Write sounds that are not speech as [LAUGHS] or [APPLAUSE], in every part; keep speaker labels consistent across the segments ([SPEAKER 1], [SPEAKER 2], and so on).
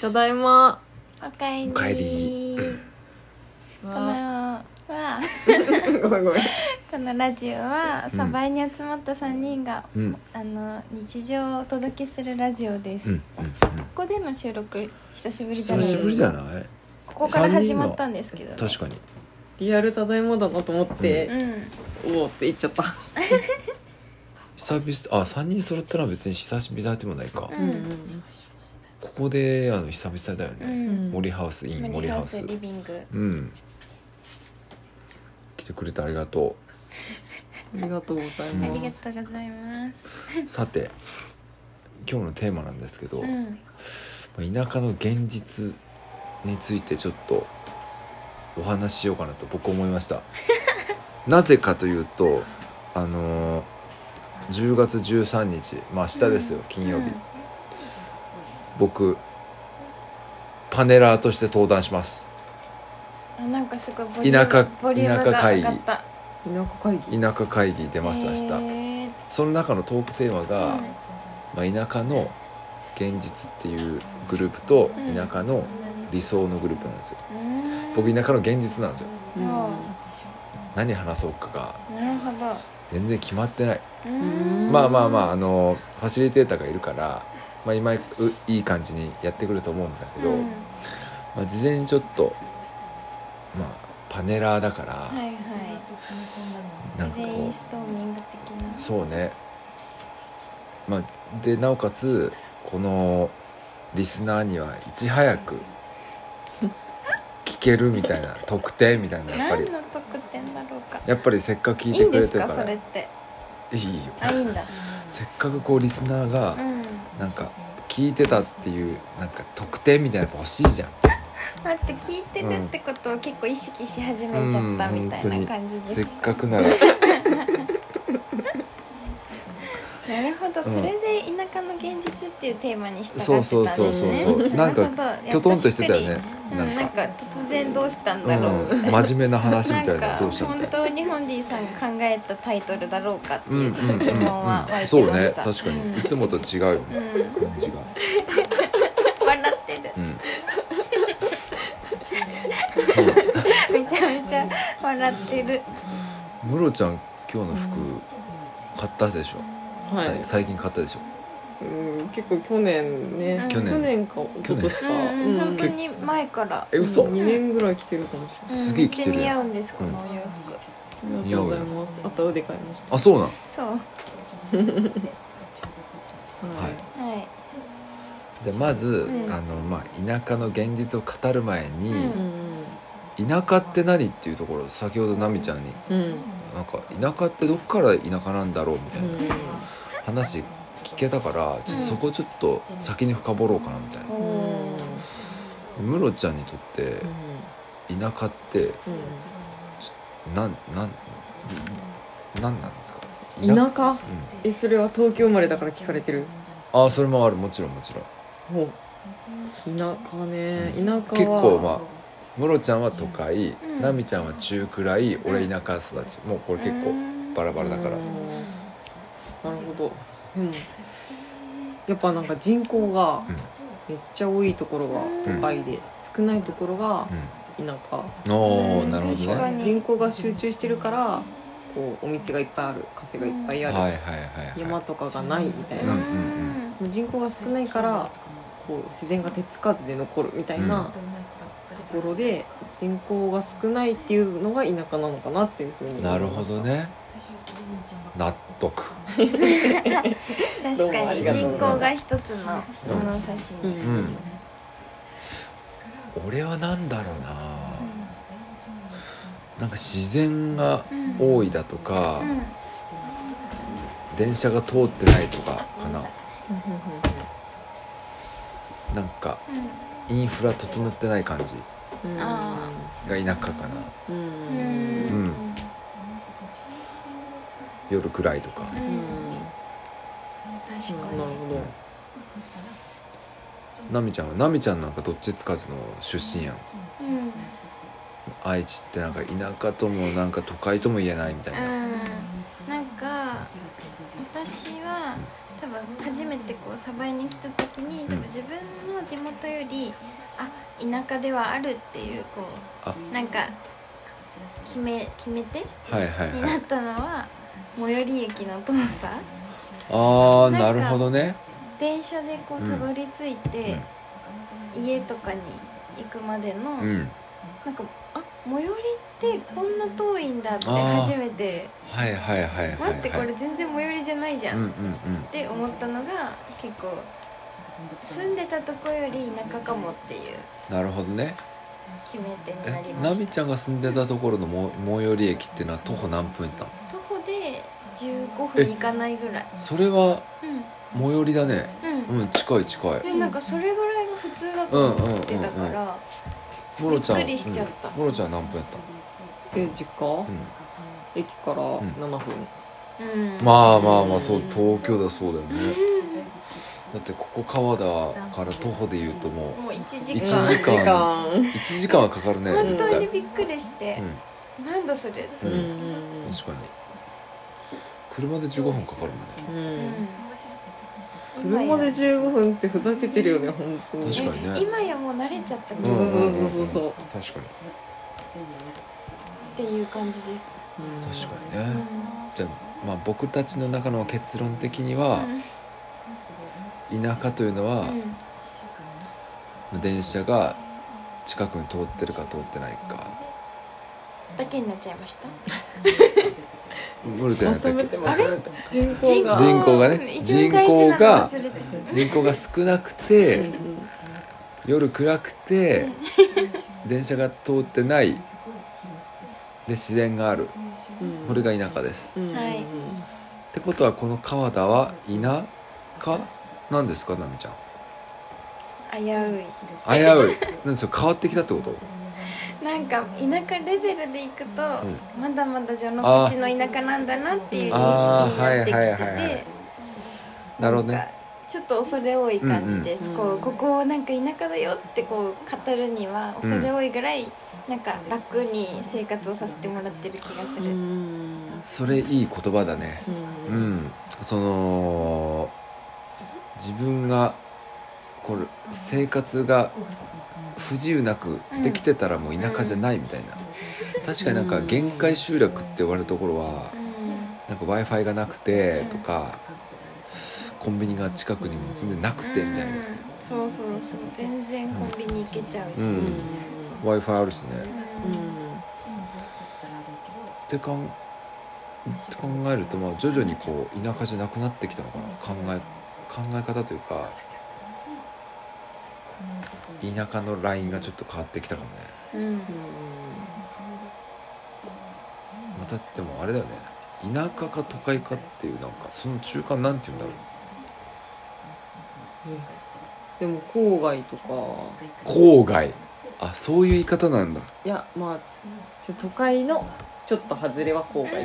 [SPEAKER 1] ただいま
[SPEAKER 2] おかえり
[SPEAKER 3] おかえり
[SPEAKER 2] このは
[SPEAKER 1] ごめんごめん
[SPEAKER 2] このラジオはサバイに集まった3人が、
[SPEAKER 3] うんうん
[SPEAKER 2] あの日常をお届けするラジオです、
[SPEAKER 3] うんうん
[SPEAKER 2] ここでの収録久しぶりじゃな
[SPEAKER 3] 久
[SPEAKER 2] いです
[SPEAKER 3] し
[SPEAKER 2] か
[SPEAKER 3] ぶりじゃない
[SPEAKER 2] ここから
[SPEAKER 3] 三
[SPEAKER 2] 始
[SPEAKER 3] 人の
[SPEAKER 2] まったんですけど、ね、
[SPEAKER 3] 確かに
[SPEAKER 1] リアルただいまだなと思って、
[SPEAKER 2] うん
[SPEAKER 1] おおって言っちゃった
[SPEAKER 3] 久々あ三3人揃ったら別に久しぶりでもないか、
[SPEAKER 2] う
[SPEAKER 1] うん
[SPEAKER 3] ここであの久々だよ
[SPEAKER 2] う
[SPEAKER 3] ね、
[SPEAKER 2] ん
[SPEAKER 3] 森ハウスイン森ハウス
[SPEAKER 2] リビング
[SPEAKER 3] うん来てくれてありがと
[SPEAKER 1] ありがとうござい
[SPEAKER 2] あ
[SPEAKER 1] ま
[SPEAKER 2] りが
[SPEAKER 1] す
[SPEAKER 2] とうございます、
[SPEAKER 3] う [LAUGHS] さて今日のテーマなんですけど、
[SPEAKER 2] うん、
[SPEAKER 3] まあ田舎の現実についてちょっとお話ししようかなと僕思いました [LAUGHS] なぜかというとあのー10月13日まあ明日ですよ、金曜日、僕パネラーとして登壇します
[SPEAKER 2] うん、あなんかすごいボリューム
[SPEAKER 3] 田舎
[SPEAKER 2] ボリューム
[SPEAKER 3] 田舎
[SPEAKER 2] が
[SPEAKER 3] 会
[SPEAKER 2] 上が
[SPEAKER 3] 議
[SPEAKER 2] った
[SPEAKER 1] 田舎会議
[SPEAKER 3] 田舎会議出ます明日、
[SPEAKER 2] へー
[SPEAKER 3] その中のトークテーマが、
[SPEAKER 2] うん
[SPEAKER 3] まあ、田舎の現実っていうグループと
[SPEAKER 2] うん
[SPEAKER 3] 田舎の理想のグループなんですよ
[SPEAKER 2] うん
[SPEAKER 3] 僕田舎の現実なんですよ
[SPEAKER 2] そう
[SPEAKER 3] 何話そうかが
[SPEAKER 2] なるほど
[SPEAKER 3] 全然決まってない、
[SPEAKER 1] うん
[SPEAKER 3] まあまあまああのファシリテーターがいるから、まあ、今ういい感じにやってくると思うんだけど、
[SPEAKER 2] うん
[SPEAKER 3] まあ、事前にちょっとまあパネラーだから、
[SPEAKER 2] はいは
[SPEAKER 3] なん
[SPEAKER 2] い
[SPEAKER 3] か
[SPEAKER 2] ブレイ
[SPEAKER 3] こ
[SPEAKER 2] ン
[SPEAKER 3] う
[SPEAKER 2] ストーミング的な
[SPEAKER 3] そうねまあでなおかつこのリスナーにはいち早く聞けるみた
[SPEAKER 2] [LAUGHS]
[SPEAKER 3] いな特典みたいなやっぱ
[SPEAKER 2] 何
[SPEAKER 3] り
[SPEAKER 2] の特典だろうか
[SPEAKER 3] やっぱりせっかく聞い
[SPEAKER 2] いい
[SPEAKER 3] て
[SPEAKER 2] ん
[SPEAKER 3] くれ
[SPEAKER 2] です
[SPEAKER 3] てる
[SPEAKER 2] か
[SPEAKER 3] から
[SPEAKER 2] それって
[SPEAKER 3] いいよ
[SPEAKER 2] あいいんだ
[SPEAKER 3] せっかくこうリスナーが
[SPEAKER 2] うん
[SPEAKER 3] なんか聞いてたっていうなんか特典みたいなのやっぱ欲しいじゃん
[SPEAKER 2] 待って聞いてるってことを結構意識し始めちゃったみたいな感じ
[SPEAKER 3] せ
[SPEAKER 2] で
[SPEAKER 3] っ
[SPEAKER 2] す
[SPEAKER 3] か
[SPEAKER 2] [LAUGHS]
[SPEAKER 3] くなら
[SPEAKER 2] なるほどそれで田舎の現実っていうテーマにした
[SPEAKER 3] そうそうそうそうそうなんかきょとんとしてたよね
[SPEAKER 2] うん、
[SPEAKER 3] な
[SPEAKER 2] なん
[SPEAKER 3] んか
[SPEAKER 2] か突然どうしたん
[SPEAKER 3] う
[SPEAKER 2] だろう、
[SPEAKER 3] ん真面目な話みた
[SPEAKER 2] な
[SPEAKER 3] いなん
[SPEAKER 2] か
[SPEAKER 3] どうしたみたい
[SPEAKER 2] 本
[SPEAKER 3] な
[SPEAKER 2] 当にホンディさんが考えたタイトルだろうかって
[SPEAKER 3] うん
[SPEAKER 2] い
[SPEAKER 3] うん
[SPEAKER 2] うち
[SPEAKER 3] う
[SPEAKER 2] ょ
[SPEAKER 3] んう
[SPEAKER 2] っと疑問は湧いてました、
[SPEAKER 3] んそうね確かにいつもと違うよ
[SPEAKER 2] うん、う
[SPEAKER 3] ね
[SPEAKER 2] ん、
[SPEAKER 3] 感じが
[SPEAKER 2] 笑ってる
[SPEAKER 3] うん
[SPEAKER 2] [LAUGHS] めちゃめちゃ笑ってる
[SPEAKER 3] ムロちゃん今日の服買ったでしょ
[SPEAKER 1] は
[SPEAKER 3] さい
[SPEAKER 1] い、
[SPEAKER 3] 最近買ったでしょ
[SPEAKER 1] うん、結構去年ね
[SPEAKER 2] 去
[SPEAKER 3] 年
[SPEAKER 1] か一昨年
[SPEAKER 2] う
[SPEAKER 1] か
[SPEAKER 2] ん、うん、本当
[SPEAKER 1] 結構
[SPEAKER 2] に前から
[SPEAKER 3] え嘘
[SPEAKER 1] 2年ぐらい着てるかもしれない
[SPEAKER 3] すげえ着てる
[SPEAKER 2] うんめっちゃ似
[SPEAKER 3] や
[SPEAKER 2] 合う
[SPEAKER 3] ん
[SPEAKER 2] んですこ
[SPEAKER 3] うん
[SPEAKER 2] のお洋服
[SPEAKER 1] ありがとうございますあと腕買いました
[SPEAKER 3] あそうなん
[SPEAKER 2] そうは
[SPEAKER 3] はい
[SPEAKER 2] い
[SPEAKER 3] じゃあまず
[SPEAKER 2] うん
[SPEAKER 3] あのまあ田舎の現実を語る前
[SPEAKER 2] う
[SPEAKER 3] に
[SPEAKER 1] うん
[SPEAKER 3] 田舎って何っていうところ先ほど奈美ちゃんに
[SPEAKER 1] うん
[SPEAKER 3] なんか田舎ってどっから田舎なんだろうみたいな話聞けたからちょっとそこちょっと先に深掘ろうかなみたい
[SPEAKER 1] うんう
[SPEAKER 3] なんムロちゃんにとって田舎って
[SPEAKER 1] う
[SPEAKER 3] なんなんなんなんですか
[SPEAKER 1] ん
[SPEAKER 3] うん
[SPEAKER 1] 田舎えそれは東京生まれだから聞かれてる
[SPEAKER 3] ああそれもあるもちろんもちろん
[SPEAKER 1] ほう田舎ね田舎は
[SPEAKER 3] 結構まあムロちゃんは都会
[SPEAKER 2] うん
[SPEAKER 3] ナミちゃんは中くらい俺田舎育ちもうこれ結構バラバラだから
[SPEAKER 1] うんなるほどでもやっぱなんか人口が
[SPEAKER 3] うん
[SPEAKER 1] めっちゃ多いところが都会で、少ないところが
[SPEAKER 3] う
[SPEAKER 1] 田舎、
[SPEAKER 3] んおお
[SPEAKER 2] うん
[SPEAKER 3] なるほど
[SPEAKER 2] 確か
[SPEAKER 3] ね
[SPEAKER 2] に
[SPEAKER 1] 人口が集中してるからこうお店がいっぱいあるカフェがいっぱい
[SPEAKER 3] は
[SPEAKER 1] あ
[SPEAKER 3] い
[SPEAKER 1] る、
[SPEAKER 3] はいはい
[SPEAKER 1] 山
[SPEAKER 3] は
[SPEAKER 1] とかがないみたい
[SPEAKER 3] うん
[SPEAKER 1] な、
[SPEAKER 3] うん
[SPEAKER 1] 人口が少ないからこう自然が手つかずで残るみたいなところで人口が少ないっていうのが田舎なのかなっていうふうに思
[SPEAKER 3] い
[SPEAKER 1] いました
[SPEAKER 3] なるほどね納得
[SPEAKER 2] 確
[SPEAKER 1] どうも
[SPEAKER 2] か
[SPEAKER 1] あり
[SPEAKER 2] に
[SPEAKER 1] が
[SPEAKER 2] 人口
[SPEAKER 1] とうございます
[SPEAKER 2] が一つの物差し
[SPEAKER 1] う
[SPEAKER 2] に、
[SPEAKER 3] うんん俺はなんだろうななんか自然が多いだとか
[SPEAKER 2] うん
[SPEAKER 3] 電車が通ってないとかかななんかインフラ整ってない感じ
[SPEAKER 1] うん
[SPEAKER 2] あ
[SPEAKER 3] が田舎かな
[SPEAKER 1] う
[SPEAKER 2] うんん、
[SPEAKER 3] うん夜暗いとか
[SPEAKER 2] う
[SPEAKER 1] うん
[SPEAKER 2] ん
[SPEAKER 1] 確かになるほど
[SPEAKER 3] ナミちゃんはナミちゃんなんかどっちつかずの出身やん
[SPEAKER 2] うん
[SPEAKER 3] 愛知ってなんか田舎ともなんか都会とも言えないみたいな
[SPEAKER 2] うんなんか私は多分初めてこうサバイに来た時に多分
[SPEAKER 3] うん
[SPEAKER 2] 自自分の地元よりあ田舎ではあるっていうこ
[SPEAKER 3] あ
[SPEAKER 2] うなんか決め決め手
[SPEAKER 3] はいはい
[SPEAKER 2] に
[SPEAKER 3] は
[SPEAKER 2] ないったのは最寄り駅の遠さ
[SPEAKER 3] ああ
[SPEAKER 2] なん
[SPEAKER 3] な
[SPEAKER 2] か
[SPEAKER 3] るほどね
[SPEAKER 2] 電車でこ
[SPEAKER 3] う
[SPEAKER 2] うんたどり着いて、家とかに行くまでの、
[SPEAKER 3] うん、うん、
[SPEAKER 2] なんかあ最寄りってこんな遠いんだって初めて
[SPEAKER 3] はいはいはいはいはい
[SPEAKER 2] 待ってこれ全然最寄りじゃないじゃ、
[SPEAKER 3] うんんう
[SPEAKER 2] っ
[SPEAKER 3] んうん
[SPEAKER 2] て思ったのが結構住んでたとこより田舎かもっていう
[SPEAKER 3] なるほどね
[SPEAKER 2] 決め手にな
[SPEAKER 3] え
[SPEAKER 2] りま
[SPEAKER 3] ナ
[SPEAKER 2] し
[SPEAKER 3] ミ
[SPEAKER 2] た
[SPEAKER 3] ちゃんが住んでたところのも最寄り駅ってのは徒歩何分やったの
[SPEAKER 2] 徒歩で15分いかないぐらい
[SPEAKER 3] それは
[SPEAKER 2] う
[SPEAKER 3] 最寄りだね
[SPEAKER 2] んうん、
[SPEAKER 3] うん近い近い
[SPEAKER 2] でもなんかそれぐらいが普通だと思ってたから、
[SPEAKER 3] モロちゃん
[SPEAKER 2] びっくりしちゃった
[SPEAKER 3] うんモロちゃんは何分やった
[SPEAKER 1] え実家駅から
[SPEAKER 3] ん
[SPEAKER 1] 7分
[SPEAKER 2] うん
[SPEAKER 3] まあまあまあそう
[SPEAKER 2] うん
[SPEAKER 3] 東京だそうだよねだってここ川田から徒歩でいうとも
[SPEAKER 2] もう1時
[SPEAKER 3] 一
[SPEAKER 2] 間
[SPEAKER 3] 時間
[SPEAKER 1] 一
[SPEAKER 3] う1時間はかかるね
[SPEAKER 2] 本
[SPEAKER 3] 絶
[SPEAKER 2] 当に
[SPEAKER 3] 対
[SPEAKER 2] びっくりして、なんだそれ、
[SPEAKER 3] う
[SPEAKER 1] うんん
[SPEAKER 3] うん確かに車で15分かかる
[SPEAKER 1] う
[SPEAKER 3] もんね
[SPEAKER 1] ん
[SPEAKER 2] う
[SPEAKER 1] うん
[SPEAKER 2] ん今や
[SPEAKER 1] 車で15分ってふざけてるよね本当に
[SPEAKER 3] 確かにね
[SPEAKER 2] 今やもう慣れちゃった
[SPEAKER 1] う
[SPEAKER 2] も
[SPEAKER 1] ん
[SPEAKER 2] んっ
[SPEAKER 1] うんうんそうそう
[SPEAKER 3] 確かに
[SPEAKER 2] ていう感じです、
[SPEAKER 1] うん
[SPEAKER 3] 確か
[SPEAKER 2] う
[SPEAKER 3] にねじゃあまあ僕たちの中の結論的には田舎というのは
[SPEAKER 2] うん
[SPEAKER 3] 電車が近くに通ってるか通ってないか
[SPEAKER 2] だけになっちゃいました
[SPEAKER 3] ムルちゃ
[SPEAKER 1] ま
[SPEAKER 3] んやっ
[SPEAKER 1] と
[SPEAKER 3] たっ
[SPEAKER 1] め
[SPEAKER 3] け
[SPEAKER 1] てまとめて人口が
[SPEAKER 3] 人口がね
[SPEAKER 2] うん
[SPEAKER 3] 人口が
[SPEAKER 2] 一番大事なの忘れてた
[SPEAKER 3] 人口が少なく
[SPEAKER 1] うんう
[SPEAKER 3] て
[SPEAKER 1] ん
[SPEAKER 3] 夜暗くて電車が通ってないで自然がある
[SPEAKER 1] うん
[SPEAKER 3] これが田舎です
[SPEAKER 1] う
[SPEAKER 3] っ
[SPEAKER 1] んうん
[SPEAKER 2] はい
[SPEAKER 3] てことはこの川田は田舎なんですか奈美ちゃん
[SPEAKER 2] 危う
[SPEAKER 3] 危ういなんですよ変わってきたってこと
[SPEAKER 2] いなんか田舎レベルで行くと、
[SPEAKER 3] ん
[SPEAKER 2] まだまだ序の口の田舎なんだなっていう認識になってきてて、
[SPEAKER 3] あーはいはいはいはいなるほど
[SPEAKER 2] なん
[SPEAKER 3] ね
[SPEAKER 2] かちょっと恐れ多い感じです、
[SPEAKER 1] うんうん
[SPEAKER 2] こうここをなんか田舎だよってこう語るには恐れ多いぐらいなんか楽に生活をさせてもらってる気がす
[SPEAKER 1] う
[SPEAKER 2] る、うん
[SPEAKER 1] ん
[SPEAKER 3] それいい言葉だね
[SPEAKER 1] うん
[SPEAKER 3] うんその自分がこれ生活が不自由なくできてたらもう田舎じゃないみたいな、確かになんか限界集落って言われるところはなんか w i f i がなくてとかコンビニが近くにも全然なくてみた
[SPEAKER 2] う
[SPEAKER 3] いな
[SPEAKER 2] んそうそうそう全然コンビニ行けちゃうし、
[SPEAKER 3] う
[SPEAKER 1] うんん
[SPEAKER 3] w i f i あるしね
[SPEAKER 2] う
[SPEAKER 1] う
[SPEAKER 2] ん
[SPEAKER 1] ん
[SPEAKER 3] ってかんって考えるとまあ徐々にこう田舎じゃなくなってきたのかな考え考え方というか田舎のラインがちょっと変わってきたかもね
[SPEAKER 2] うん
[SPEAKER 3] またでもあれだよね田舎か都会かっていうなんかその中間なんて言うんだろう
[SPEAKER 1] でも郊外とか
[SPEAKER 3] 郊外あそういう言い方なんだ
[SPEAKER 1] いやまあちょ都会のちょっと外れは郊外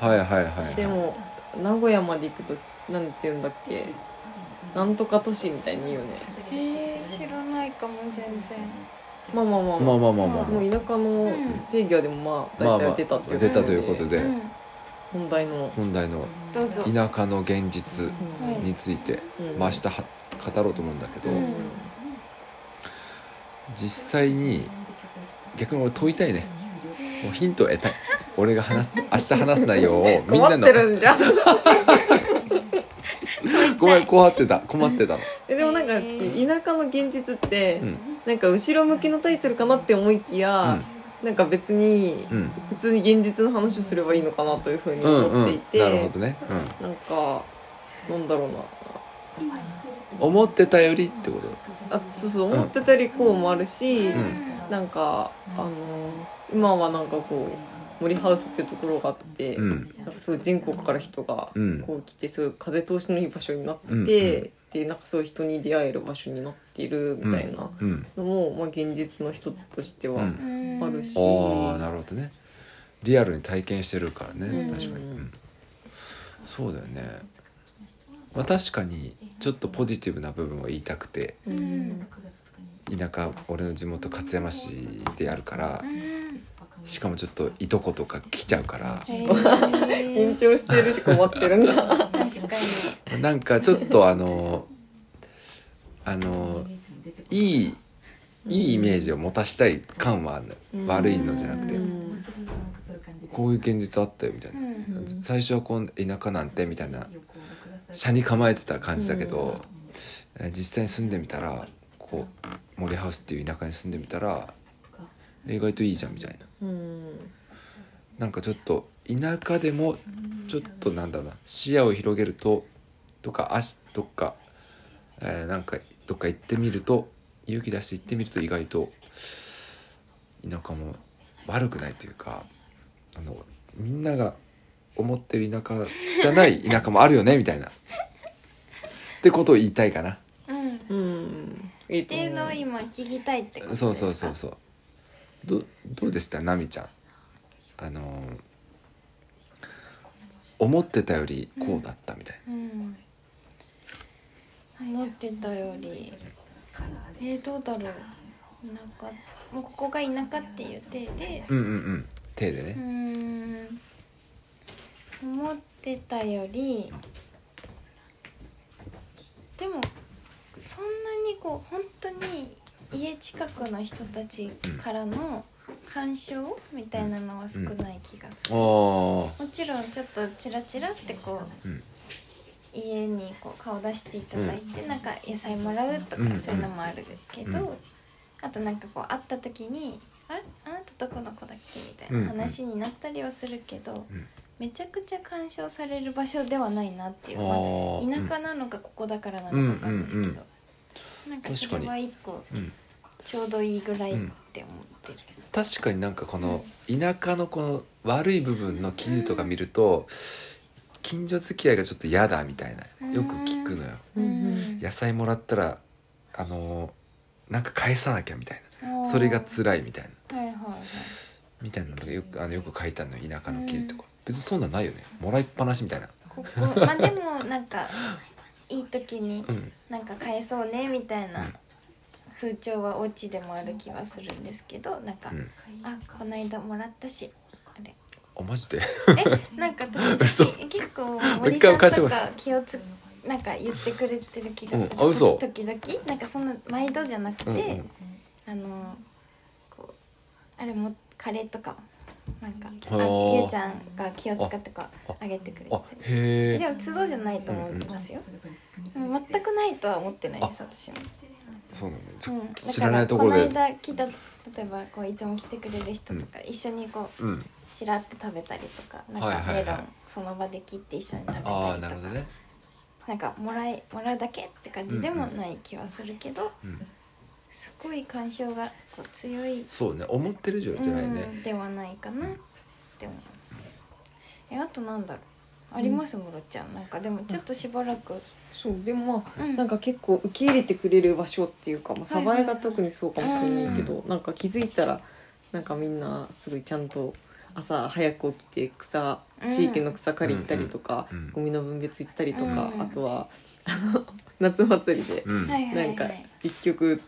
[SPEAKER 3] はいはいはいはい
[SPEAKER 1] でも名古屋まで行くとなんて言うんだっけなんとか都市みたいに言うよね
[SPEAKER 2] えー、知らないかも全然
[SPEAKER 1] まあまあまあ
[SPEAKER 3] ま
[SPEAKER 1] ま
[SPEAKER 3] あ
[SPEAKER 1] あ
[SPEAKER 3] まあまあまあ
[SPEAKER 1] も
[SPEAKER 3] ま
[SPEAKER 1] う田舎の定義はでもまあ
[SPEAKER 3] あまあ
[SPEAKER 1] 大
[SPEAKER 3] まあ
[SPEAKER 1] 体出たっていう
[SPEAKER 3] 出たということで
[SPEAKER 2] うん
[SPEAKER 1] 本題の
[SPEAKER 3] 本題の
[SPEAKER 2] どうぞ
[SPEAKER 3] 田舎の現実
[SPEAKER 1] う
[SPEAKER 3] について
[SPEAKER 1] ん
[SPEAKER 3] まあ明日は語ろうと思うんだけど
[SPEAKER 1] うん
[SPEAKER 3] 実際に逆に俺問いたいねもうヒントを得たい俺が
[SPEAKER 1] [LAUGHS]
[SPEAKER 3] 話す明日話す内容をみん
[SPEAKER 1] 困
[SPEAKER 3] な
[SPEAKER 1] っ
[SPEAKER 3] の
[SPEAKER 1] てるんじゃん
[SPEAKER 3] ごめん困ってた困ってたの
[SPEAKER 1] えでもなんか
[SPEAKER 2] へー
[SPEAKER 1] 田舎の現実って
[SPEAKER 3] うん
[SPEAKER 1] なんか後ろ向きのタイトルかなって思いきやなんか別に
[SPEAKER 3] うん
[SPEAKER 1] 普通に現実の話をすればいいのかなというふうに
[SPEAKER 3] うん
[SPEAKER 1] 思っ
[SPEAKER 3] う
[SPEAKER 1] てい
[SPEAKER 3] ん
[SPEAKER 1] て
[SPEAKER 3] なるほどねうん
[SPEAKER 1] なんかなんだろうな
[SPEAKER 3] 思ってたよりってこと
[SPEAKER 1] あそうそう思ってたよりこうもあるし、
[SPEAKER 3] ん
[SPEAKER 1] なんかあの今はなんかこう森ハウスっていうところがあって、
[SPEAKER 3] うん
[SPEAKER 1] なんかすごい全国から人が
[SPEAKER 3] うん
[SPEAKER 1] こう来てすごい風通しのいい場所になってて、
[SPEAKER 3] うんうん
[SPEAKER 1] でなんかそういう人に出会える場所になっているみたいな
[SPEAKER 3] うん
[SPEAKER 1] のも、まあ、現実の一つとしては
[SPEAKER 3] う
[SPEAKER 2] う
[SPEAKER 3] ん
[SPEAKER 2] ん
[SPEAKER 1] あるし、
[SPEAKER 3] ああなるほどねリアルに体験してるからね、
[SPEAKER 2] うん
[SPEAKER 3] 確かに、うんそうだよねまあ確かにちょっとポジティブな部分を言いたくて
[SPEAKER 1] うん
[SPEAKER 3] 田舎俺の地元勝山市でやるから
[SPEAKER 2] うん
[SPEAKER 3] しかもちょっと
[SPEAKER 2] [LAUGHS]
[SPEAKER 3] いとことか来ちゃうか [LAUGHS]
[SPEAKER 2] へ
[SPEAKER 1] 緊
[SPEAKER 2] ー
[SPEAKER 1] 張してるし困ってるんだ
[SPEAKER 2] 確かに
[SPEAKER 3] らなんかちょっとあのああのいいいいイメージを持たしたい感はあるのよ、
[SPEAKER 1] うん
[SPEAKER 3] 悪いのじゃなくて、
[SPEAKER 1] うん
[SPEAKER 3] こういう現実あったよみたいな、
[SPEAKER 2] うん
[SPEAKER 1] うん
[SPEAKER 3] 最初はこん田舎なんてみたいな車に構えてた感じだけど、えー実際に住んでみたらこうモレハウスっていう田舎に住んでみたら意外といいじゃんみたいな
[SPEAKER 1] うん
[SPEAKER 3] なんかちょっと田舎でもちょっとなんだろうな視野を広げるととか足どっか、えーなんかどっか行ってみると勇気出して行ってみると意外と田舎も悪くないというかあのみんなが思ってる田舎じ
[SPEAKER 2] [LAUGHS]
[SPEAKER 3] ゃない田舎もあるよねみたいなってことを言いたいかな。
[SPEAKER 2] うん、っ
[SPEAKER 1] うんいいと
[SPEAKER 2] てい
[SPEAKER 1] 思
[SPEAKER 2] うのを今聞きたいってことです
[SPEAKER 3] そ
[SPEAKER 2] か
[SPEAKER 3] うそうそうそうどどうでした奈美ちゃんあのー思ってたよりこうだったみたい
[SPEAKER 2] うん思ってたよりえー、どうだろう田舎もうここが田舎っていう体で
[SPEAKER 3] な、うんうんうん手で
[SPEAKER 2] うー
[SPEAKER 3] ね
[SPEAKER 2] ん思ってたよりでもそんなにこう本当に家近くの人たちからの干渉みたいなのは少ない気がする、
[SPEAKER 3] おー
[SPEAKER 2] もちろんちょっとチラチラってこう
[SPEAKER 3] うん
[SPEAKER 2] 家にこう顔出していただいて、なんか野菜もらうとか
[SPEAKER 3] うん
[SPEAKER 2] そういうのもあるけど、
[SPEAKER 3] うん
[SPEAKER 2] あとなんかこう会った時に「あれあなたどこの子だっけ?」みたい
[SPEAKER 3] うんうん
[SPEAKER 2] な話になったりはするけど、
[SPEAKER 3] うん
[SPEAKER 2] めちゃくちゃ干渉される場所ではないなっていう、
[SPEAKER 3] あー
[SPEAKER 2] まあ、田舎なのかここだからなのかわかんないですけど、
[SPEAKER 3] うんうん
[SPEAKER 2] なんかそれは一個
[SPEAKER 3] うん
[SPEAKER 2] ちょうどいいぐらいって思ってる。
[SPEAKER 3] 確かになんかこの田舎のこの悪い部分の記事とか見ると近所付き合いがちょっと嫌だみたいなよく聞くのよ
[SPEAKER 1] うん
[SPEAKER 2] うん
[SPEAKER 3] 野菜もらったらあのーなんか返さなきゃみたいなそれが辛いみたいな
[SPEAKER 2] はいはいはい
[SPEAKER 3] みたいなのがよくあのよく書いてあるのよ田舎の記事とか、別にそんなんないよねもらいっぱなしみたいな
[SPEAKER 2] ここまあでもなんかいい時に
[SPEAKER 3] うん
[SPEAKER 2] なんか返そうねみたい
[SPEAKER 3] うん
[SPEAKER 2] な風潮はお家でもある気はするんですけどなんか、
[SPEAKER 3] うん
[SPEAKER 2] あこの間もらったしあ
[SPEAKER 3] [LAUGHS]
[SPEAKER 2] れ
[SPEAKER 3] あマジで
[SPEAKER 2] えなんか私
[SPEAKER 3] [LAUGHS] 嘘
[SPEAKER 2] 結構森さん
[SPEAKER 3] 返して
[SPEAKER 2] と
[SPEAKER 3] も
[SPEAKER 2] か気をつなんか言ってくれてる気がする、
[SPEAKER 3] うんあ嘘
[SPEAKER 2] 時々なんかそんな毎度じゃなくて、
[SPEAKER 3] うんうん
[SPEAKER 2] あのこうあれもカレーとかなんかあ
[SPEAKER 3] あー
[SPEAKER 2] ゆうちゃんが気を使ってこう
[SPEAKER 3] あ
[SPEAKER 2] あげてくれて
[SPEAKER 3] あ
[SPEAKER 2] たり
[SPEAKER 3] へ
[SPEAKER 2] で
[SPEAKER 3] え
[SPEAKER 2] も都度じゃないと思いますよ、
[SPEAKER 4] うんうん
[SPEAKER 2] 全くないとは思ってないです私も。
[SPEAKER 3] そうなんだ、ち
[SPEAKER 2] う
[SPEAKER 3] ょ
[SPEAKER 2] ん、
[SPEAKER 3] 知らないところ
[SPEAKER 2] だ
[SPEAKER 3] で
[SPEAKER 2] からこの間来た例えばこういつも来てくれる人とか、一緒にこう
[SPEAKER 3] うん
[SPEAKER 2] ちらっと食べたりとかなん
[SPEAKER 3] はい
[SPEAKER 2] か
[SPEAKER 3] はい
[SPEAKER 2] メ
[SPEAKER 3] はい
[SPEAKER 2] ロンその場で切って一緒に食べたりとか、
[SPEAKER 3] ああなるほどね
[SPEAKER 2] なんかもらいもらうだけって感じでもない気はするけど、
[SPEAKER 3] うん
[SPEAKER 2] すごい干渉がこう強い、
[SPEAKER 3] そうね思ってる以上じゃないね、
[SPEAKER 2] うんではないかなって思う。えあとなんだろうありますもろちゃんなんかでもちょっとしばらく、
[SPEAKER 1] そうでもまあ
[SPEAKER 2] うん
[SPEAKER 1] なんか結構受け入れてくれる場所っていうか、まあ、
[SPEAKER 2] は
[SPEAKER 1] サ
[SPEAKER 2] いは
[SPEAKER 1] バ
[SPEAKER 2] い
[SPEAKER 1] エが特にそうかもしれないけど、なんか気づいたらなんかみんなすごいちゃんと朝早く起きて草
[SPEAKER 2] うん
[SPEAKER 1] 地域の草刈り行ったりとか、
[SPEAKER 3] うんうん
[SPEAKER 1] ゴミの分別行ったりとか、
[SPEAKER 2] うん
[SPEAKER 1] あとは [LAUGHS] あの夏祭りで
[SPEAKER 3] うん
[SPEAKER 2] はいはいは、
[SPEAKER 1] ないんか一曲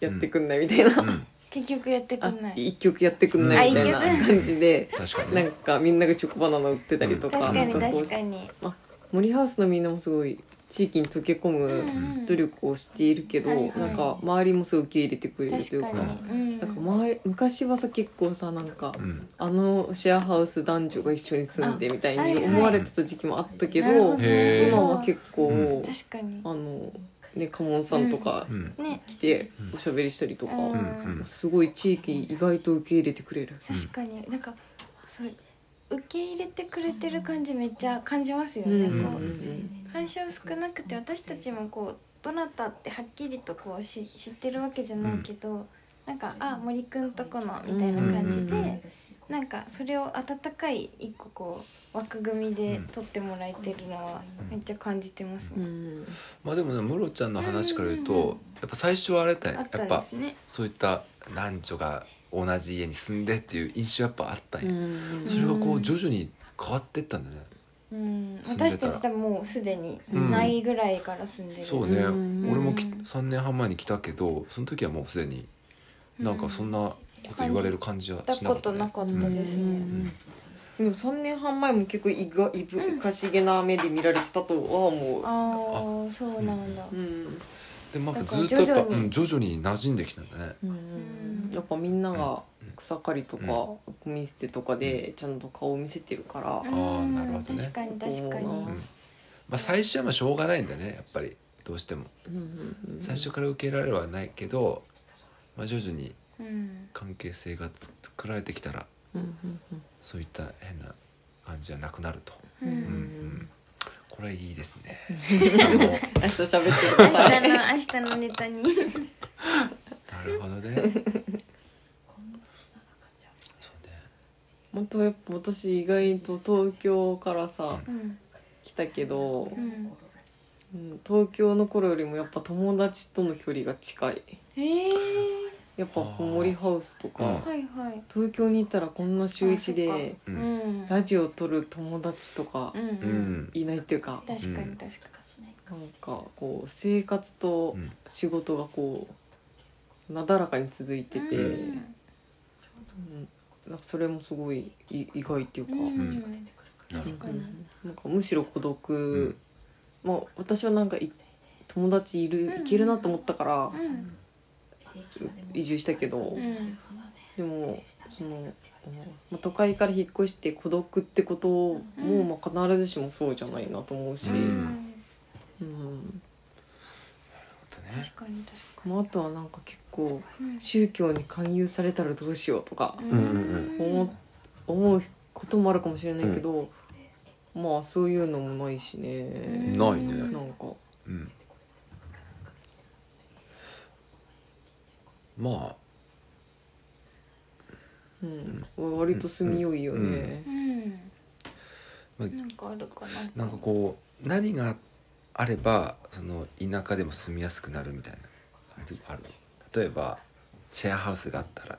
[SPEAKER 1] やってくんないみたいな、
[SPEAKER 3] うん
[SPEAKER 2] 結局やってく
[SPEAKER 1] あ
[SPEAKER 2] んない
[SPEAKER 1] 一曲やってくんないみたいな
[SPEAKER 2] あ一曲
[SPEAKER 1] 感じで
[SPEAKER 3] 確かに
[SPEAKER 1] なん
[SPEAKER 3] ね
[SPEAKER 1] かみんながチョコバナナ売ってたりとか,、
[SPEAKER 2] 確かに
[SPEAKER 1] なんかこう
[SPEAKER 2] 確かに、
[SPEAKER 1] 森ハウスのみんなもすごい地域に溶け込む
[SPEAKER 2] うん
[SPEAKER 1] 努力をしているけど、
[SPEAKER 2] はいはい
[SPEAKER 1] なんか周りもすごい受け入れてくれるとい
[SPEAKER 2] 確
[SPEAKER 1] う
[SPEAKER 2] か
[SPEAKER 1] か
[SPEAKER 2] に、うん、
[SPEAKER 1] なんか周り昔はさ結構さなんか、
[SPEAKER 3] うん
[SPEAKER 1] あのシェアハウス男女が一緒に住んでみたい
[SPEAKER 2] あはいは
[SPEAKER 1] に
[SPEAKER 2] い
[SPEAKER 1] 思われてた時期もあったけど,、
[SPEAKER 2] なるほど
[SPEAKER 3] へー
[SPEAKER 1] 今は結構、
[SPEAKER 3] うん
[SPEAKER 2] 確かに
[SPEAKER 1] あのねカモンさんとか
[SPEAKER 3] うん
[SPEAKER 2] ね
[SPEAKER 1] 来ておしゃべりしたりとか、
[SPEAKER 2] うん
[SPEAKER 3] うん
[SPEAKER 1] すごい地域意外と受け入れてくれる。
[SPEAKER 2] 確かになんかそう受け入れてくれてる感じめっちゃ感じますよね、
[SPEAKER 1] うん
[SPEAKER 2] こ
[SPEAKER 3] うん
[SPEAKER 2] う干渉少なくて私たちもこうどなたってはっきりとこうし知ってるわけじゃないけど、なんかあ森くんとこのみたいな感じで、
[SPEAKER 3] うんうんうん
[SPEAKER 2] なんかそれを温かい一個こう枠組みで取ってもらえてるのはめっちゃ感じてます
[SPEAKER 1] う
[SPEAKER 2] ね、
[SPEAKER 1] ん
[SPEAKER 3] まあでもねムロちゃんの話から言うと、
[SPEAKER 2] うんうんうん
[SPEAKER 3] やっぱ最初はあれだよ
[SPEAKER 2] あっ
[SPEAKER 3] や
[SPEAKER 2] た
[SPEAKER 3] っ
[SPEAKER 2] んで
[SPEAKER 3] ぱ
[SPEAKER 2] すね
[SPEAKER 3] そういった男女が同じ家に住んでっていう印象やっぱあった
[SPEAKER 1] う
[SPEAKER 3] んや、
[SPEAKER 1] ん
[SPEAKER 3] それはこう徐々に変わってったんだね、
[SPEAKER 2] うん、
[SPEAKER 3] 住んでたら
[SPEAKER 2] 私たちはもうすでに
[SPEAKER 3] うん
[SPEAKER 2] ないぐらいから住んでる、
[SPEAKER 3] そうね、
[SPEAKER 1] うん
[SPEAKER 3] 俺もき
[SPEAKER 2] うん
[SPEAKER 3] 3年半前に来たけどその時はもうすでになんかそんなこと言われる感じは
[SPEAKER 2] だ
[SPEAKER 3] しな
[SPEAKER 2] こ
[SPEAKER 3] かった
[SPEAKER 2] と
[SPEAKER 3] ね
[SPEAKER 2] なかったです
[SPEAKER 1] う
[SPEAKER 2] ね。
[SPEAKER 1] んでも3年半前も結構いがいぶかしげな目で見られてたとは思う、
[SPEAKER 2] ああ、そうなんだ
[SPEAKER 1] う。ん
[SPEAKER 3] でもなんか
[SPEAKER 1] な
[SPEAKER 3] ず
[SPEAKER 1] ん
[SPEAKER 3] っ
[SPEAKER 1] か
[SPEAKER 3] とやっ
[SPEAKER 1] 徐々に
[SPEAKER 3] ぱうん、徐々に馴染んできたんだね
[SPEAKER 1] うん
[SPEAKER 2] うん
[SPEAKER 1] やっぱみんなが
[SPEAKER 3] うん
[SPEAKER 1] 草刈りとか
[SPEAKER 3] うん
[SPEAKER 1] ゴミ捨てとかでちゃんと顔を見せてるから
[SPEAKER 2] あ、
[SPEAKER 3] ーなるほどね
[SPEAKER 2] 確かに確かに、
[SPEAKER 1] うん
[SPEAKER 3] まあ最初はまあしょうがないんだねやっぱりどうしても
[SPEAKER 1] うんうんうん
[SPEAKER 3] 最初から受け入れられはないけど、まあ、徐々に
[SPEAKER 2] うん
[SPEAKER 3] 関係性がつ作られてきたら
[SPEAKER 1] うんうんうん
[SPEAKER 3] そういった変な感じはなくなると、
[SPEAKER 2] う
[SPEAKER 1] うん
[SPEAKER 3] うんうんん、これいいです
[SPEAKER 1] [LAUGHS]
[SPEAKER 3] ねあの
[SPEAKER 1] 明日喋ってく
[SPEAKER 2] 明日
[SPEAKER 1] ださい [LAUGHS]
[SPEAKER 2] の明日のネタに
[SPEAKER 3] なるほどねそうね
[SPEAKER 1] 本当やっぱ私意外と東京からさ
[SPEAKER 2] うん
[SPEAKER 1] 来たけど
[SPEAKER 2] う、ん
[SPEAKER 1] うん、東京の頃よりもやっぱ友達との距離が近い
[SPEAKER 2] ええ
[SPEAKER 1] やっぱこもりハウスと
[SPEAKER 3] うん
[SPEAKER 1] か
[SPEAKER 2] はいはい
[SPEAKER 1] 東京にいたらこんな週一で
[SPEAKER 2] う
[SPEAKER 3] う
[SPEAKER 2] んん
[SPEAKER 1] ラジオ撮る友達とか
[SPEAKER 2] うん
[SPEAKER 3] う
[SPEAKER 2] うん
[SPEAKER 3] ん
[SPEAKER 1] いないっていうか
[SPEAKER 2] 確かに確かに
[SPEAKER 1] なんかこう生活と
[SPEAKER 3] うん
[SPEAKER 1] 仕事がこうなだらかに続いてて、
[SPEAKER 2] う
[SPEAKER 1] うん
[SPEAKER 2] ん
[SPEAKER 1] なんかそれもすごいい意外っていうか,、
[SPEAKER 2] うん
[SPEAKER 3] なるほど
[SPEAKER 2] 確かに
[SPEAKER 1] なんかむしろ孤独、まあ私はなんかい友達い
[SPEAKER 2] うん
[SPEAKER 1] るいけるなと思ったから
[SPEAKER 2] うん
[SPEAKER 1] 移住したけど、
[SPEAKER 2] うん
[SPEAKER 1] でもその、うんまあ、都会から引っ越して孤独ってことも、
[SPEAKER 2] うん
[SPEAKER 1] まあ、必ずしもそうじゃないなと思うし、
[SPEAKER 3] う
[SPEAKER 1] うんん
[SPEAKER 2] 確かに確か
[SPEAKER 1] まあ、あとはなんか結構
[SPEAKER 2] に
[SPEAKER 1] 宗教に勧誘されたらどうしようとか
[SPEAKER 3] ん
[SPEAKER 1] 思う思うこともあるかもしれないけど、まあそういうのもないしね、
[SPEAKER 3] ないね
[SPEAKER 1] なんか
[SPEAKER 3] うんまあ
[SPEAKER 1] うん、割と住みよいよね、
[SPEAKER 2] うん
[SPEAKER 3] まあ
[SPEAKER 2] なんかあるかな
[SPEAKER 3] なんかこう何があればその田舎でも住みやすくなるみたいなあるある例えばシェアハウスがあったら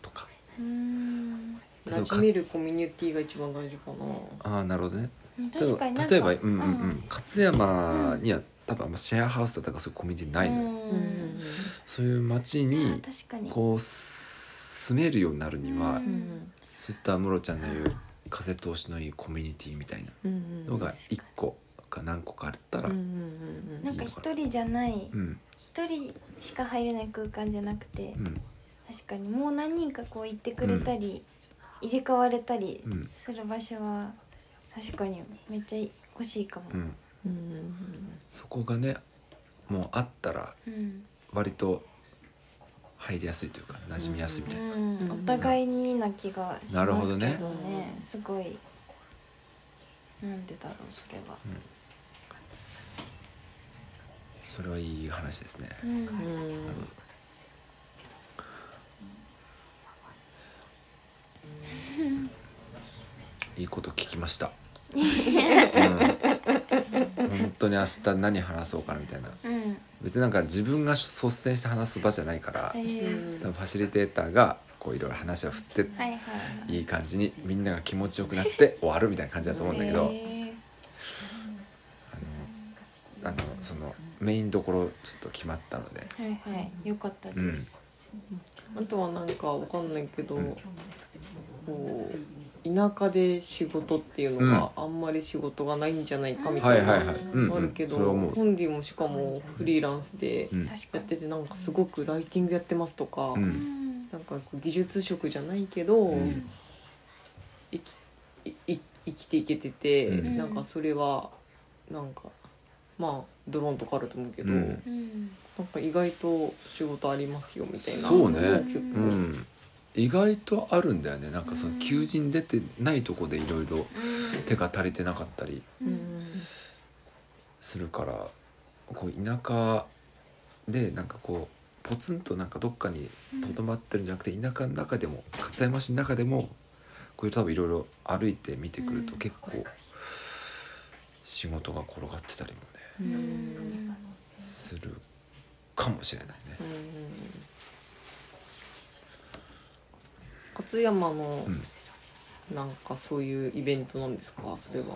[SPEAKER 3] とか
[SPEAKER 2] うん
[SPEAKER 3] うん
[SPEAKER 1] 馴染めるコミュニティが一番大事かな、
[SPEAKER 3] ああなるほどね
[SPEAKER 2] 確かになんか
[SPEAKER 3] 例えばうんうんうん勝山には多分あんまシェアハウスだったかそういうコミュニティないのよ、
[SPEAKER 1] うん
[SPEAKER 2] う
[SPEAKER 1] うん
[SPEAKER 2] ん
[SPEAKER 3] そういう町
[SPEAKER 2] あ
[SPEAKER 3] に
[SPEAKER 2] 確かに
[SPEAKER 3] こう住めるようになるには、
[SPEAKER 2] うん
[SPEAKER 1] うん
[SPEAKER 3] そういったムロちゃんの言う風通しのいいコミュニティみたいな
[SPEAKER 1] うんうん
[SPEAKER 3] のが1個か何個かあったら、
[SPEAKER 1] うんうんうんう
[SPEAKER 2] なんんか一人じゃない
[SPEAKER 3] うん
[SPEAKER 2] 一人しか入れない空間じゃなくて
[SPEAKER 3] うん
[SPEAKER 2] 確かにもう何人かこう行ってくれたり入れ替われたり
[SPEAKER 3] うん
[SPEAKER 2] する場所は確かにめっちゃ欲しいかも
[SPEAKER 3] うん、
[SPEAKER 1] うんうん
[SPEAKER 3] そこがねもうあったら
[SPEAKER 2] うん
[SPEAKER 3] 割と入りやすいというか馴染みやすいみたいな、
[SPEAKER 2] うんお互いにいいな気がし
[SPEAKER 3] なる
[SPEAKER 2] ま
[SPEAKER 3] ほ
[SPEAKER 2] す
[SPEAKER 3] ど
[SPEAKER 2] けど
[SPEAKER 3] ね
[SPEAKER 2] ねすごいなんでだろうそれは、
[SPEAKER 3] それはいい話ですね、
[SPEAKER 2] うん
[SPEAKER 1] うんうん
[SPEAKER 3] いいこと聞きま
[SPEAKER 2] [LAUGHS]
[SPEAKER 3] した、うん、本当に明日何話そうかなみたいな
[SPEAKER 2] うん
[SPEAKER 3] 別になんか自分が率先して話す場じゃないから
[SPEAKER 2] え、ー
[SPEAKER 3] 多分ファシリテーターがこういろいろ話を振って
[SPEAKER 2] はいはい
[SPEAKER 3] いい感じにみんなが気持ちよく
[SPEAKER 2] [LAUGHS]
[SPEAKER 3] なって終わるみたいな感じだと思うんだけど、
[SPEAKER 2] え
[SPEAKER 3] あのあのそのメインどころちょっと決まったので、
[SPEAKER 2] ーはいはいよかったで
[SPEAKER 3] うん、
[SPEAKER 2] す、
[SPEAKER 1] あとはなんかわかんないけど、
[SPEAKER 3] うん
[SPEAKER 1] こう田舎で仕事っていうのがあんまり仕事がないんじゃないかみ
[SPEAKER 3] は
[SPEAKER 1] た
[SPEAKER 3] い
[SPEAKER 1] いな
[SPEAKER 3] はい
[SPEAKER 1] の
[SPEAKER 3] はい、うん
[SPEAKER 1] もあ
[SPEAKER 3] う
[SPEAKER 1] る
[SPEAKER 3] ん、
[SPEAKER 1] けど、
[SPEAKER 3] それは思う、
[SPEAKER 1] 本人もしかもフリーランスで
[SPEAKER 3] うん
[SPEAKER 2] 確か
[SPEAKER 1] やっ
[SPEAKER 2] に
[SPEAKER 1] ててなんかすごくライティングやってますとか、
[SPEAKER 3] う、
[SPEAKER 2] うんん
[SPEAKER 1] なんかこう技術職じゃないけど、
[SPEAKER 3] うん
[SPEAKER 1] 生きいい生きていけてて、
[SPEAKER 3] うん
[SPEAKER 1] なんかそれはなんかまあドローンとかあると思うけど、
[SPEAKER 3] うん
[SPEAKER 2] うん
[SPEAKER 1] なんか意外と仕事ありますよみたいな
[SPEAKER 3] そうね
[SPEAKER 1] 結構
[SPEAKER 3] うん、意外とあるんだよねなんかその求人出てないとこでいろいろ手が足りてなかったり
[SPEAKER 1] うん
[SPEAKER 3] するからこう田舎でなんかこうポツンとなんかどっかにとどまってるんじゃなくて田舎の中でも勝山市の中でもこういう多分いろいろ歩いて見てくると
[SPEAKER 2] うん
[SPEAKER 3] 結構仕事が転がってたりもね
[SPEAKER 1] うん
[SPEAKER 2] うん
[SPEAKER 3] するかもしれないね。
[SPEAKER 1] うん勝山の
[SPEAKER 3] うん
[SPEAKER 1] なんかそういうイベントなんですかそれは。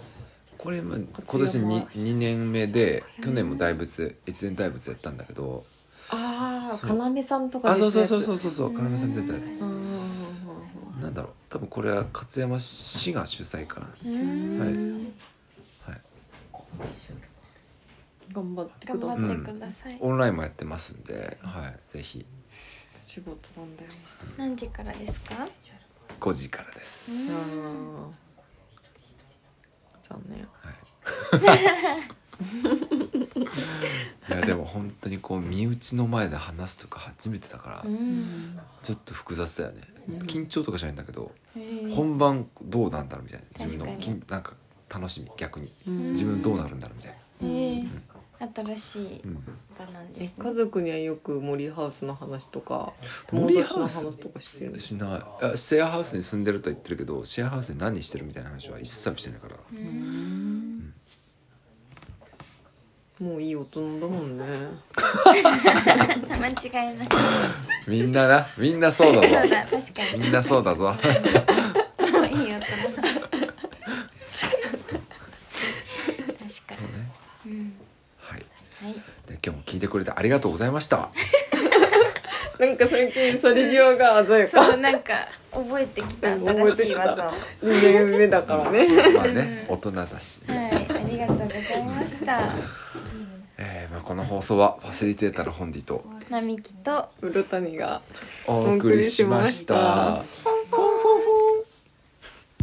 [SPEAKER 3] これまあ今年に2年目で去年も大仏越前大仏やったんだけど
[SPEAKER 1] ああ
[SPEAKER 3] そう
[SPEAKER 1] 要さんとか
[SPEAKER 3] あ
[SPEAKER 1] 出
[SPEAKER 3] そう
[SPEAKER 1] てた
[SPEAKER 3] そう
[SPEAKER 1] やつ
[SPEAKER 3] そうそうそうそう要さん出たやつ
[SPEAKER 1] うんうんうん
[SPEAKER 3] なんだろう多分これは勝山市が主催かな
[SPEAKER 2] うん
[SPEAKER 1] うんうん
[SPEAKER 3] はい
[SPEAKER 1] うん
[SPEAKER 3] はい
[SPEAKER 1] 頑張って
[SPEAKER 2] 頑
[SPEAKER 1] く
[SPEAKER 2] 張
[SPEAKER 1] ださい、
[SPEAKER 2] ってください、
[SPEAKER 3] オンラインもやってますんで、はい、ぜひ
[SPEAKER 1] 仕事なんだよ
[SPEAKER 2] 何時からですか
[SPEAKER 3] 5時からです。
[SPEAKER 1] な
[SPEAKER 2] う
[SPEAKER 1] あー残念
[SPEAKER 3] はい、いやでも本当にこう身内の前で話すとか初めてだから、
[SPEAKER 2] うん、
[SPEAKER 3] ちょっと複雑だよね、
[SPEAKER 1] うん
[SPEAKER 3] 緊張とかじゃないんだけど、
[SPEAKER 2] えー
[SPEAKER 3] 本番どうなんだろうみたいな自分の
[SPEAKER 2] 確
[SPEAKER 3] き
[SPEAKER 2] かに
[SPEAKER 3] んなんか楽しみ逆に
[SPEAKER 1] うん
[SPEAKER 3] 自分どうなるんだろうみたいな、
[SPEAKER 2] えー新しい
[SPEAKER 3] うん、
[SPEAKER 2] 場なんで
[SPEAKER 1] え
[SPEAKER 2] すね
[SPEAKER 1] 家族にはよく森ハウスの話とか友
[SPEAKER 3] 森
[SPEAKER 1] 達
[SPEAKER 3] ハ
[SPEAKER 1] の
[SPEAKER 3] ウス
[SPEAKER 1] 話とかしてるんです
[SPEAKER 3] しないあシェアハウスに住んでるとは言ってるけどシェアハウスで何してるみたいな話は一切してないから
[SPEAKER 2] うん
[SPEAKER 1] もういい大人だもんね
[SPEAKER 2] [LAUGHS] 間違いない
[SPEAKER 3] みんななみんなそう
[SPEAKER 2] そ
[SPEAKER 3] だ
[SPEAKER 2] う
[SPEAKER 3] ぞ
[SPEAKER 2] だ確かに
[SPEAKER 3] みんなそうだ [LAUGHS]
[SPEAKER 2] も
[SPEAKER 3] ぞ
[SPEAKER 2] ういいよと思った確か
[SPEAKER 3] ね
[SPEAKER 2] に、うん、
[SPEAKER 3] はい
[SPEAKER 2] はい
[SPEAKER 3] で今日も聞いてくれてありがとうございま [LAUGHS] した
[SPEAKER 1] なんか最近去り際が鮮 [LAUGHS] やか
[SPEAKER 2] そうなんか覚えてきた
[SPEAKER 1] うん覚え
[SPEAKER 2] 新
[SPEAKER 1] て
[SPEAKER 2] し
[SPEAKER 1] き
[SPEAKER 2] い
[SPEAKER 1] た
[SPEAKER 2] 技をは
[SPEAKER 1] 2年目だからね [LAUGHS]
[SPEAKER 3] まあね大人だし、
[SPEAKER 2] いありがとうございました
[SPEAKER 3] えーまあ、この放送はファシリテーターのホンディと
[SPEAKER 2] 並木と
[SPEAKER 1] うろたにが
[SPEAKER 3] お送りしました。
[SPEAKER 1] お送りしました